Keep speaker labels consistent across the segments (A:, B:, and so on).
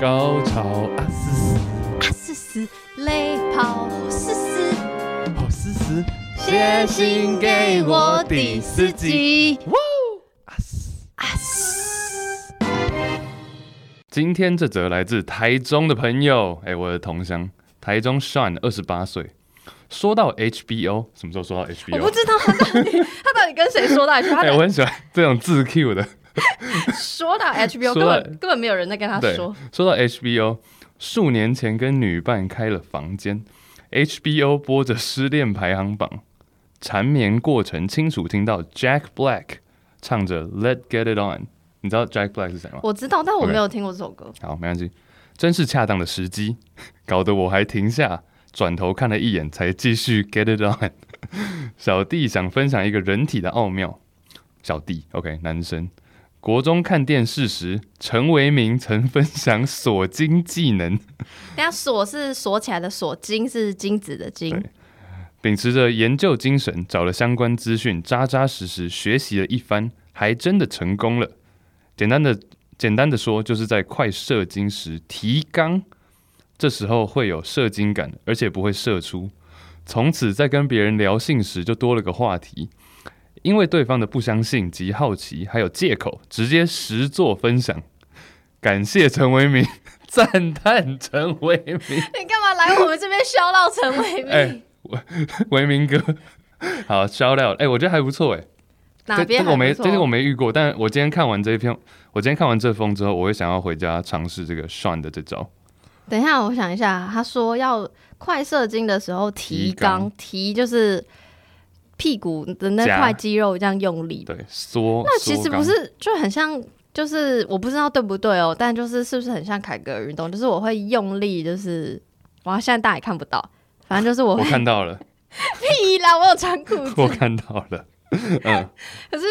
A: 高潮啊嘶嘶，
B: 啊嘶嘶，泪跑嘶嘶，
A: 好嘶嘶，
B: 写信给我第四集。
A: 哇哦啊嘶！
B: 啊嘶！
A: 今天这则来自台中的朋友，哎、我的同乡，台中 Sean 二十八岁。说到 HBO，什么时候说到
B: 我不
A: HBO？
B: 知道他到底他到底跟谁说到 HBO，他
A: 哎、我
B: 得
A: 很喜欢这种自 Q 的。
B: 说到 HBO，
A: 说
B: 根
A: 到
B: 本根本没有人在跟他
A: 对
B: 说。，
A: 说到 HBO，数年前跟女伴开了房间，HBO 播着失恋排行榜，缠绵过程清楚听到 Jack Black 唱着 Let Get It On，你知道 Jack Black 是谁吗？
B: 我知道，但我
A: OK
B: 没有听过这首歌。
A: 好，没关系，真是恰当的时机，搞得我还停下，转头看了一眼，才继续 Get It On。小弟想分享一个人体的奥妙。小弟，OK，男生。国中看电视时，陈为民曾分享锁精技能，
B: 等一下锁是锁起来的锁，金是金子的金
A: 对。秉持着研究精神，找了相关资讯，扎扎实实学习了一番，还真的成功了。简单的简单的说，就是在快射精时提肛，这时候会有射精感，而且不会射出。从此在跟别人聊性时，就多了个话题，因为对方的不相信及好奇，还有借口，直接实做分享。感谢陈为民， 赞叹陈为民。
B: 你干嘛来我们这边笑到陈伟
A: 哎
B: 明？
A: 维明哥，好 shout out，哎、我觉得还不错哎、
B: 哪边
A: 这这个我没，
B: 还不
A: 这
B: 错
A: 个我没遇过，但我今天看完这一篇，我今天看完这封之后，我会想要回家尝试这个 Sean 的这招。
B: 等一下，我想一下，他说要快射精的时候提
A: 提肛
B: 肛，提就是屁股的那
A: 夹
B: 块肌肉这样用力。
A: 对，缩。
B: 那其
A: 缩
B: 实
A: 肛
B: 不，是，就很像，就是我不知道对不对哦，但就是是不是很像凯格尔运动？就是我会用力，就是哇，现在大家也看不到，反正就是我
A: 我
B: 会
A: 看到 了，
B: 屁啦，我有穿裤
A: 我
B: 子，
A: 看到了。
B: 可是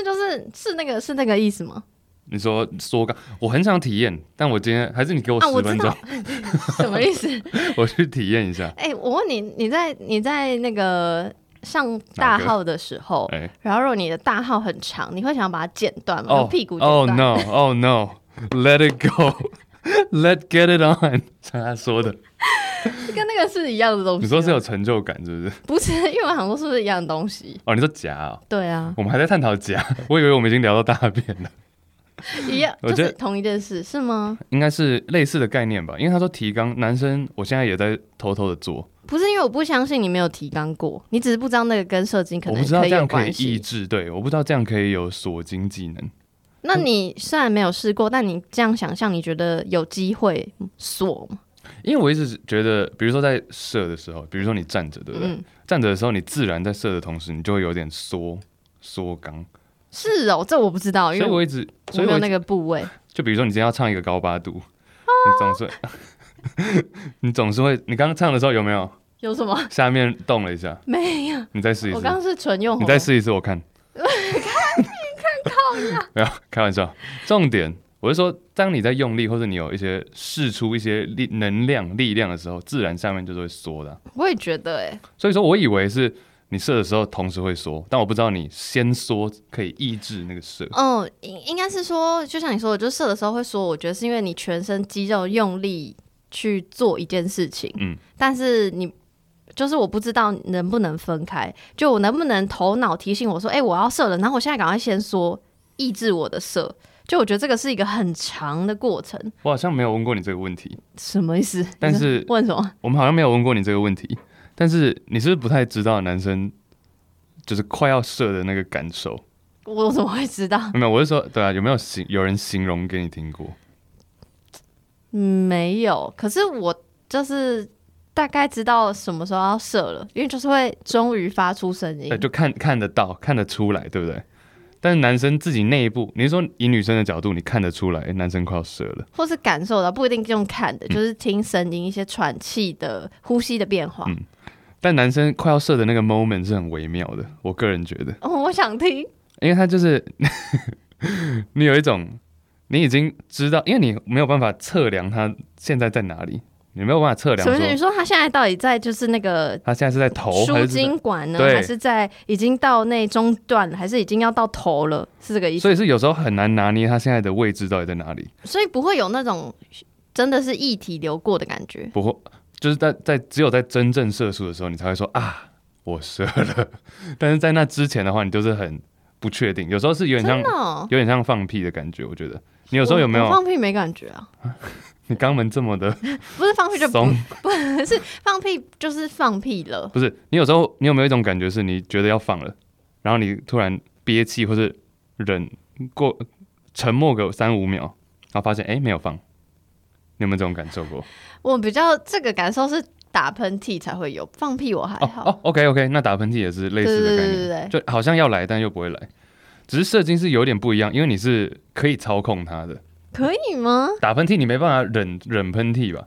B: 就是是那个是那个意 思吗？
A: 你说缩肛，我很想体验，但我今天还是你给我
B: 啊，我
A: 十分
B: 知
A: 钟，
B: 道什么意思。
A: 我去体验一下。
B: 哎、我问你，你在你在那个上大
A: 哪个
B: 号的时候，
A: 哎、
B: 然后如果你的大号很长，你会想要把它剪断吗？
A: 哦、
B: 用屁股剪
A: 哦、
B: 断。
A: no，哦、no，let it go，let get it on，像 他说的，
B: 跟那个是一样的东西吗。啊
A: 你说是有成就感是不是？
B: 不是？因为我想说是不是一样的东西？
A: 哦，你说夹哦，
B: 对啊，
A: 我们还在探讨夹，我以为我们已经聊到大便了，
B: 一样，
A: 我
B: 就
A: 觉得
B: 是同一件事，是吗？
A: 应该是类似的概念吧？因为他说提肛，男生我现在也在偷偷的做，
B: 不是因为我不相信你没有提肛过，你只是不知道那个跟射精可
A: 我
B: 能
A: 不知道
B: 可
A: 这
B: 以
A: 样
B: 有
A: 可以
B: 关
A: 抑
B: 系。
A: 制，对，我不知道这样可以有锁精技能，
B: 那你虽然没有试过，但你这样想象，你觉得有机会锁吗？
A: 因为我一直觉得，比如说在射的时候，比如说你站着，对不对？
B: 嗯，
A: 站着的时候，你自然在射的同时，你就会有点缩缩肛，
B: 是哦，这我不知道，
A: 所
B: 因
A: 以
B: 为我
A: 我一直，
B: 我
A: 所以
B: 没
A: 我
B: 有
A: 一
B: 那
A: 直
B: 个部位。
A: 就比如说你今天要唱一个高八度，你总是 你总是会，你刚刚唱的时候有没有
B: 有什么？
A: 下面动了一下？
B: 没有，
A: 你再试一
B: 我
A: 次。
B: 刚刚是纯用喉
A: 你
B: 咙。
A: 再试一次，我哦 看。看， 看靠呀！没有开玩笑，重点我是说，当你在用力或者你有一些试出一些力能量、力量的时候，自然下面就是会缩的啊、
B: 我也觉得、欸，哎，
A: 所以说我以为是你射的时候同时会缩，但我不知道你先缩可以抑制那个射。
B: 嗯，应应该是说，就像你说的，就是射的时候会说，我觉得是因为你全身肌肉用力去做一件事情，
A: 嗯，
B: 但是你就是我不知道能不能分开，就我能不能头脑提醒我说，哎、我要射了，然后我现在赶快先说抑制我的射，就我觉得这个是一个很长的过程，
A: 我好像没有问过你这个问题，
B: 什么意思？
A: 但
B: 你
A: 是
B: 问什么？
A: 我们好像没有问过你这个问题，但是你是不是不太知道男生就是快要射的那个感受？
B: 我怎么会知道？
A: 没有，我是说，对啊，有没有形有人形容给你听过？
B: 嗯，没有，可是我就是。大概知道什么时候要射了，因为就是会终于发出声
A: 对，，
B: 音
A: 哎就看看得到、看得出来，对不对？但是男生自己内部，你是说以女生的角度，你看得出来，诶男生快要射了。
B: 或是感受到，不一定用看
A: 嗯
B: 的，就是听声音、一些喘气的、呼吸的变化。
A: 嗯但男生快要射的那个 moment 是很微妙的，我个人觉得，
B: 哦，我想听，
A: 因为他就是 你有一种，你已经知道，因为你没有办法测量他现在在哪里，你没有办法测量
B: 什么意思？你
A: 说
B: 说他现在到底在就是那个
A: 他现在是在头还
B: 输
A: 是在
B: 精管呢，
A: 对
B: 还是在已经到那中段了，还是已经要到头了？是这个意思？
A: 所以是有时候很难拿捏他现在的位置到底在哪里。
B: 所以不会有那种真的是液体流过的感觉。
A: 不会，就是在在只有在真正射出的时候，你才会说啊，我射了。 但是在那之前的话，你就是很不确定，有时候是有点像
B: 真的哦、
A: 有点像放屁的感觉。我觉得你有时候有没
B: 我我
A: 有
B: 放屁没感觉啊？
A: 你肛门这么的
B: 不是放屁就不
A: 松？
B: 是放屁，就是放屁了。
A: 不是，你有时候你有没有一种感觉是你觉得要放了，然后你突然憋气或是忍过沉默个三五秒，然后发现哎、诶没有放，你有没有这种感受过？
B: 我比较这个感受是打喷嚏才会有，放屁我还
A: 哦
B: 好。
A: 哦，OK OK，那打喷嚏也是类
B: 对对
A: 似的
B: 对
A: 概
B: 对
A: 念，
B: 对对，
A: 就好像要来但又不会来，只是射精是有点不一样，因为你是可以操控它的，
B: 可以吗？
A: 打喷嚏你没办法忍忍喷嚏吧？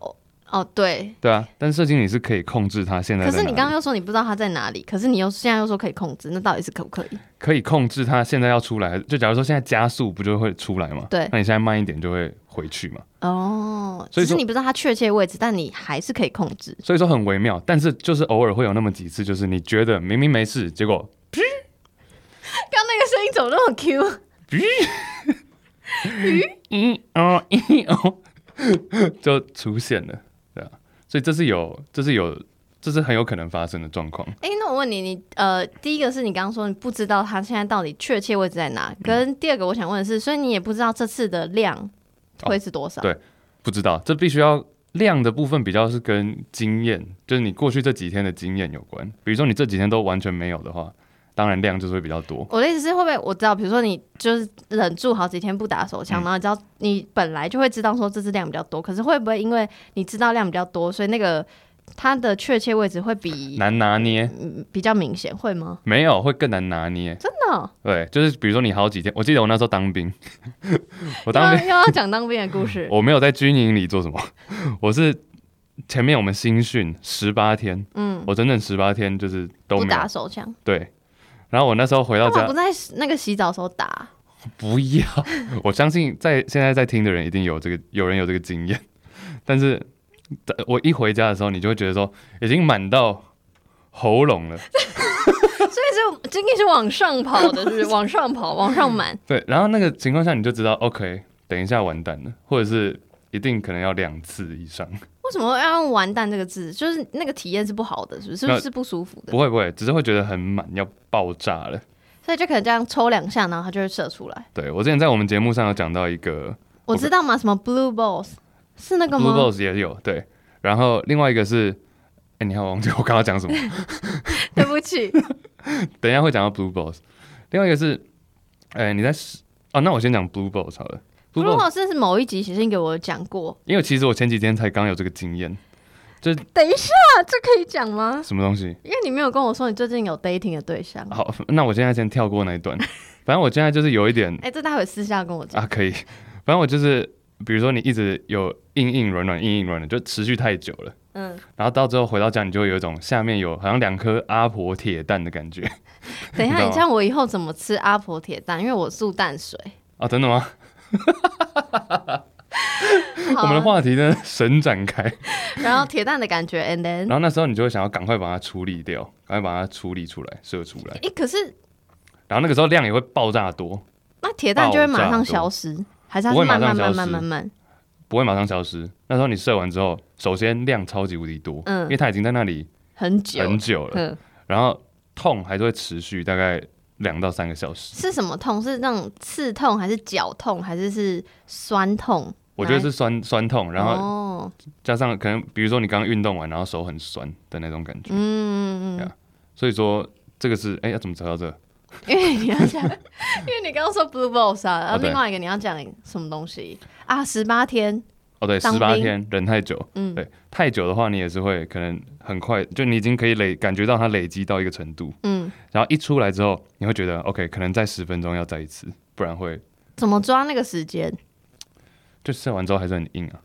B: 哦，对。
A: 对啊，但射精你是可以控制它现在
B: 可
A: 在
B: 是你
A: 哪
B: 刚刚
A: 里
B: 又说你不知道它在哪里，可是你又现在又说可以控制，那到底是可不可以？
A: 可以控制它现在要出来，就假如说现在加速不就会出来嘛？
B: 对
A: 那你现在慢一点就会回去嘛？
B: 哦，
A: 所以
B: 只
A: 说
B: 是你不知道它确切位置，但你还是可以控制。
A: 所以说很微妙，但是就是偶尔会有那么几次，就是你觉得明明没事，结果
B: 刚那个声音怎么那么 Q？
A: 一哦一哦 就出现了，对啊，所以这是有，这是有，这是很有可能发生的状况。
B: 哎、那我问你，你呃，第一个是你刚刚说你不知道它现在到底确切位置在
A: 嗯
B: 哪，跟第二个我想问的是，所以你也不知道这次的量会是多少？
A: 哦对不知道，这必须要量的部分比较是跟经验，就是你过去这几天的经验有关。比如说你这几天都完全没有的话，当然量就是会比较多。
B: 我的意思是，会不会我知道，比如说你就是忍住好几天不打手
A: 嗯
B: 枪，然后你知道你本来就会知道说这支量比较多，可是会不会因为你知道量比较多，所以那个它的确切位置会比
A: 难拿捏，
B: 嗯比较明显，会吗？
A: 没有会更难拿捏。
B: 真的哦、
A: 对，就是比如说你好几天，我记得我那时候当兵， 我当
B: 又
A: 兵
B: 要又要讲当兵的故事，
A: 我没有在军营里做什么， 我是前面我们新训十八天，
B: 嗯，
A: 我整整十八天就是都
B: 不
A: 没有
B: 打手枪，
A: 对。然后我那时候回到
B: 干
A: 家
B: 嘛不，在那个洗澡的时候打啊？
A: 不要， 我相信在现在在听的人一定有这个，有人有这个经验。但是在我一回家的时候，你就会觉得说已经满到喉咙了，
B: 所以就精力是往上跑的，是不是？往上跑，往上满。
A: 对。然后那个情况下，你就知道 OK，等一下完蛋了，或者是一定可能要两次以上。
B: 为什么会要用“完蛋”这个字？就是那个体验是不好的，是不是？是不
A: 那
B: 是不舒服的
A: 不？会不会，只是会觉得很满，要爆炸了。
B: 所以就可能这样抽两下，然后它就会射出来。
A: 对我之前在我们节目上有讲到一个
B: 我知道吗？什么 blue balls 是那个
A: Blue
B: 吗？
A: Balls 也有对，然后另外一个是，哎、你还忘记我刚刚讲什么？
B: 对不起，
A: 等一下会讲到 Blue Balls，另外一个是，哎、你在试哦，那我先讲 Blue Balls 好了。Blue
B: 如
A: Balls，
B: 果是某一集写信给我讲过，
A: 因为其实我前几天才刚有这个经验，
B: 等一下，这可以讲吗？
A: 什么东西？
B: 因为你没有跟我说你最近有 dating 的对象，
A: 好，那我现在先跳过那一段。 反正我现在就是有一点
B: 哎、这待会私下跟我讲。
A: 啊，可以。反正我就是，比如说你一直有硬硬软软硬硬软软，就持续太久了。
B: 嗯，
A: 然后到最后回到家，你就会有一种下面有好像两颗阿婆铁蛋的感觉
B: 等一
A: 你知
B: 下，
A: 道
B: 你这样我以后怎么吃阿婆铁蛋？因为我素淡水。
A: 啊！真的吗？
B: 好
A: 我们的
B: 啊，
A: 话题呢神展开，
B: 然后铁蛋的感觉，and then，
A: 然后那时候你就会想要赶快把它处理掉，赶快把它处理出来，射出来。
B: 哎、可是
A: 然后那个时候量也会爆炸多，
B: 那铁蛋就会马
A: 爆炸
B: 上
A: 多
B: 消失，还是它
A: 不会
B: 是
A: 马上
B: 慢慢慢
A: 消
B: 慢
A: 失
B: 慢慢？
A: 不会马上消失。那时候你射完之后，首先量超级无敌多，
B: 嗯
A: 因为它已经在那里
B: 很久，
A: 很久了，
B: 嗯，
A: 然后痛还是会持续大概两到三个小时。
B: 是什么痛？是那种刺痛，还是绞痛，还是是酸痛？
A: 我觉得
B: 哪一
A: 是酸酸痛，然后
B: 哦，
A: 加上可能比如说你刚刚运动完，然后手很酸的那种感觉。
B: 嗯，嗯嗯
A: 呀所以说这个是哎要怎么扯到这？
B: 因为你要讲， 因为你刚刚说 blue balls 啊，然后
A: 哦对
B: 另外一个你要讲什么东西啊？十八天，
A: 哦，对，
B: 当
A: 十八
B: 兵
A: 天忍太久，
B: 嗯
A: 对，太久的话你也是会可能很快，就你已经可以累感觉到它累积到一个程度，
B: 嗯，
A: 然后一出来之后，你会觉得 OK，可能在十分钟要再一次，不然会
B: 怎么抓那个时间？
A: 就射完之后还是很硬啊。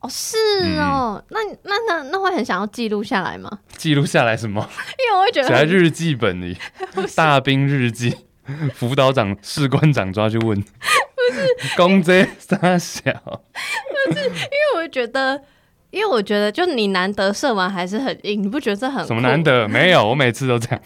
B: 哦，是
A: 嗯
B: 哦，那那那那会很想要记录下来吗？
A: 记录下来什 么？
B: 因为我会觉
A: 写在
B: 得
A: 日记本 里，大兵日记，辅导长、士官长抓去问，不是公贼傻小，
B: 因为我觉得，因为我觉得，就你难得射完还是很硬，你不觉得这 很
A: 什么
B: 酷
A: 难？得没有，我每次都这样，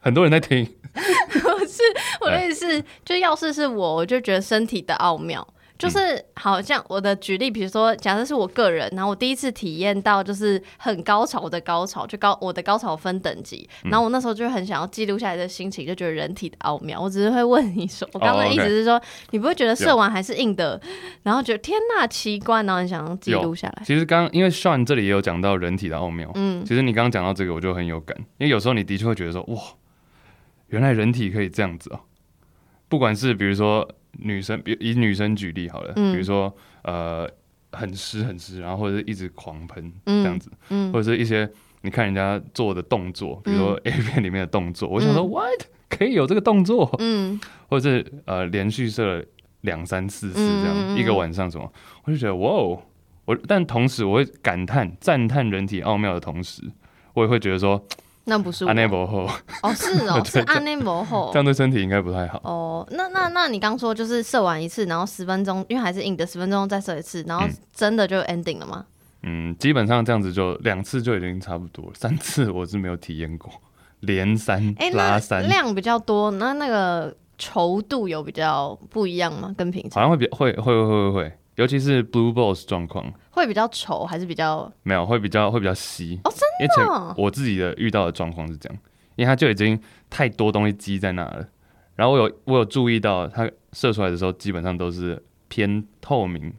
A: 很多人在听，
B: 我是我的意思是，就要是是我，我就觉得身体的奥妙。
A: 嗯
B: 就是好像我的举例，比如说，假设是我个人，然后我第一次体验到就是很高潮的高潮，就高我的高潮分等级，
A: 嗯
B: 然后我那时候就很想要记录下来的心情，就觉得人体的奥妙。我只是会问你说，
A: 哦
B: 我刚刚的意思是说你不会觉得射完还是硬的，然后觉得天呐奇怪，然后你想要记录下来，
A: 其实刚因为 Sean 这里也有讲到人体的奥妙，
B: 哎嗯，
A: 其实你刚刚讲到这个，我就很有感，因为有时候你的确会觉得说，哇，原来人体可以这样子哦。不管是比如说女生，比以女生举例好了，
B: 嗯
A: 比如说呃很湿很湿，然后或者是一直狂喷
B: 嗯
A: 这样子，
B: 嗯
A: 或者是一些你看人家做的动作，比如说 A 片里面的动作，我想说、what 可以有这个动作，
B: 嗯
A: 或者是呃连续射了两三四次这样、
B: 嗯嗯嗯
A: 一个晚上什么，我就觉得哇哦，我但同时我会感叹赞叹人体奥妙的同时，我也会觉得说啊
B: 那不是我
A: 阿内伯后
B: 啊哦，是哦，是按内膜后
A: 这。样对身体应该不太好。
B: 哦，那那那你刚说就是射完一次，然后十分钟，因为还是硬的，十分钟再射一次，然后
A: 嗯
B: 真的就 ending 了吗？
A: 嗯，基本上这样子就两次就已经差不多了，三次我是没有体验过，连三、
B: 哎、
A: 拉
B: 那
A: 三，
B: 量比较多，那那个稠度有比较不一样吗？跟平
A: 好
B: 常
A: 像会比会会会会会，尤其是 blue balls 状况。
B: 会比较稠，还是比较
A: 没有，会比较会比较稀
B: 哦
A: 真的
B: 哦
A: 我自己的遇到的状况是这样，因为它就已经太多东西积在那了。然后我有我有注意到，它射出来的时候基本上都是偏透明、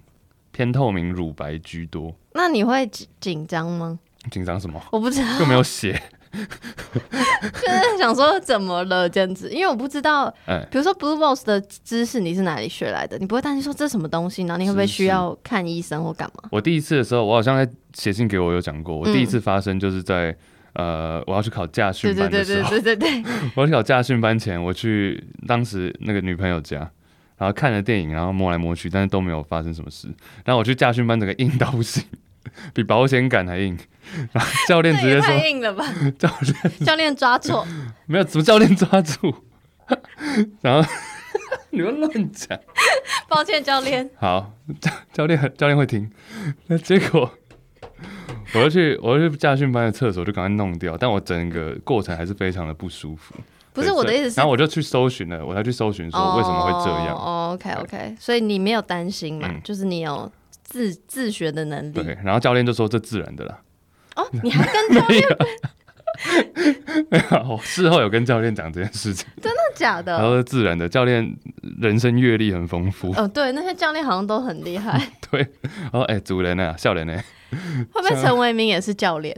A: 偏透明乳白居多。
B: 那你会紧紧张吗？
A: 紧张什么？
B: 我不 知道，
A: 又没有血，
B: 就是想说怎么了这样子，因为我不知道，
A: 哎，
B: 比如说 Blue Boss 的知识你是哪里学来的？你不会担心说这是什么东西，然后你会不会
A: 知识
B: 需要看医生或干嘛？
A: 我第一次的时候，我好像在写信给我有讲过，我
B: 嗯
A: 第一次发生就是在、呃，我要去考驾
B: 对
A: 训
B: 对
A: 班
B: 对
A: 的时
B: 对
A: 候，
B: 对对对，
A: 我去考驾训班前，我去当时那个女朋友家，然后看了电影，然后摸来摸去，但是都没有发生什么事。然后我去驾训班，整个硬到不行， 比保险杆还硬。然后教练直
B: 这
A: 接
B: 也太
A: 说
B: 硬了吧！：“
A: 教练
B: 教练 抓错，
A: 没有，怎么教练抓住？” 然后 你们乱讲。
B: 抱歉教练。
A: 好，教教练很教练会听。那结果，我就去我就去驾训班的厕所就赶快弄掉，但我整个过程还是非常的不舒服。
B: 不是
A: 对
B: 我的
A: 所以
B: 意思是
A: 然后我就去搜寻了，我才去搜寻说为什么会这样。
B: 哦，OK OK，所以你没有担心嘛？
A: 嗯
B: 就是你有自自学的能力
A: 对，然后教练就说这自然的啦。
B: 哦，你还跟教
A: 没有，我事后有跟教练讲这件事情，
B: 真的假
A: 然
B: 的？
A: 后是自然的。教练人生阅历很丰富，
B: 哦，对，那些教练好像都很厉害，
A: 对。然后哎，主人啊，笑人呢、
B: 会不会陈为民也是教练？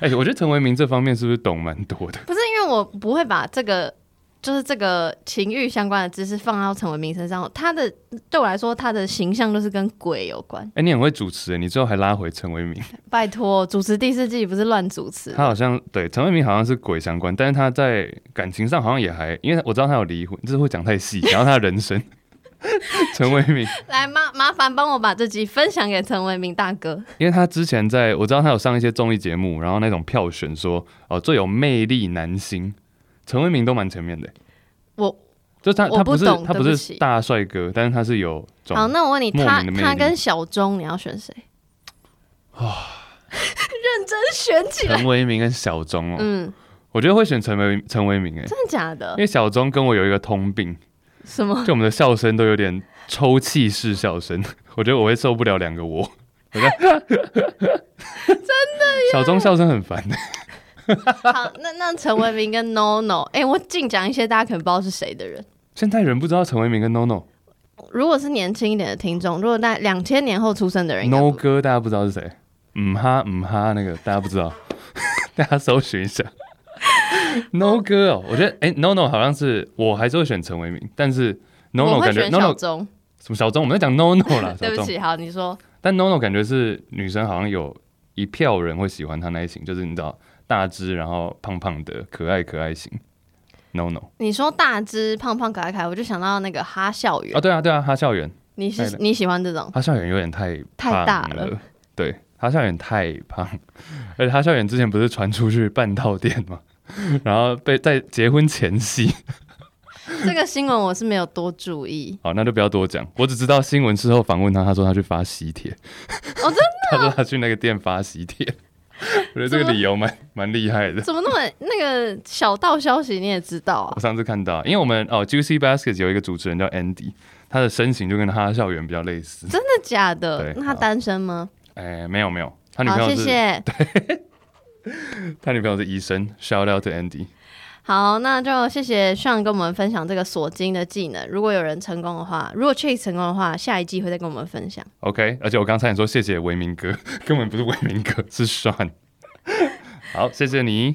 A: 哎、我觉得陈为民这方面是不是懂蛮多的？
B: 不是因为我不会把这个就是这个情欲相关的知识放到陈为民身上，他的对我来说，他的形象就是跟鬼有关。
A: 哎、你很会主持、你最后还拉回陈为民。
B: 拜托，主持第四季不是乱主 持，
A: 他好像对陈为民好像是鬼相关，但是他在感情上好像也还，因为我知道他有离婚，这是会讲太细。然后他的人生， 陈为民，
B: 来麻麻烦帮我把这集分享给陈为民大哥。
A: 因为他之前在我知道他有上一些综艺节目，然后那种票选说哦最有魅力男星，陈为民都蛮前面的。
B: 我
A: 就是他
B: 我
A: 他不是
B: 不懂
A: 他
B: 对不
A: 是
B: 起哦
A: 大帅哥，但是他是有种
B: 好，那我问你，
A: 莫名
B: 他
A: 的魅力
B: 他跟小钟，你要 选谁？认真选起来。
A: 陈为民跟小钟哦，
B: 嗯，
A: 我觉得会选陈为陈为民哎、
B: 真的假
A: 因
B: 的？
A: 为小钟跟我有一个通 病，
B: 什么？
A: 就我们的笑声都有点抽泣式笑声， 我觉得我会受不了两个我。 我在真的小钟笑声很烦欸的，
B: 好，那那陈为民跟 NONO，哎、我尽讲一些大家可能不知道是谁的人。
A: 现在人不知道陈为民跟 NONO
B: 如果是年轻一点的听众，如果在两千年后出生的人应该
A: No
B: 不
A: 哥，大家不知道是谁，嗯哈嗯哈那个大家不知道， 大家搜寻一下。No 哥哦，我觉得哎、No No 好像是我还是会选陈为民，但是 No
B: 我
A: No
B: 会
A: 感觉
B: 选
A: No
B: 小
A: No
B: 钟。
A: 什么小钟，我们在讲 No No 啦，小
B: 对不
A: 钟。
B: 起，好，你说
A: 但 NONO 感觉是女生好像有一票人会喜欢她那一型，就是你知道大只，然后胖胖的，可爱可爱型。NONO
B: 你说大只胖胖可爱可爱，我就想到那个哈校园。
A: 啊，对啊对啊，哈校园，
B: 你
A: 对
B: 是
A: 的
B: 你喜欢 这种？
A: 哈校园有点太
B: 太
A: 胖
B: 大了
A: 了，对，哈校园太胖，而且哈校园之前不是传出去半套店嘛， 然后被在结婚前夕，
B: 这个新闻我是没有多注意。
A: 好，那就不要多讲，我只知道新闻事后访问他，他说他去发喜帖，
B: 哦，真的
A: 他说他去那个店发喜帖，我觉得这
B: 怎么
A: 个理由蛮蛮厉害的。
B: 怎么那么那个小道消息你也知道啊
A: 我？上次看到，因为我们哦，Juicy Baskets 有一个主持人叫 Andy，他的身形就跟哈校园比较类似。
B: 真的假的
A: 对？
B: 那他
A: 好
B: 单身吗？
A: 哎，没有没有，他女朋
B: 好，
A: 友
B: 谢
A: 是
B: 谢。
A: 他女朋友是医生，shout out to Andy。
B: 好，那就谢谢上跟我们分享这个锁金的技能。如果有人成功的话，如果 Chase 成功的话，下一季会再跟我们分享。
A: OK，而且我刚才也 说谢谢维明哥，根本不是维明哥，是 Sean。好，谢谢你，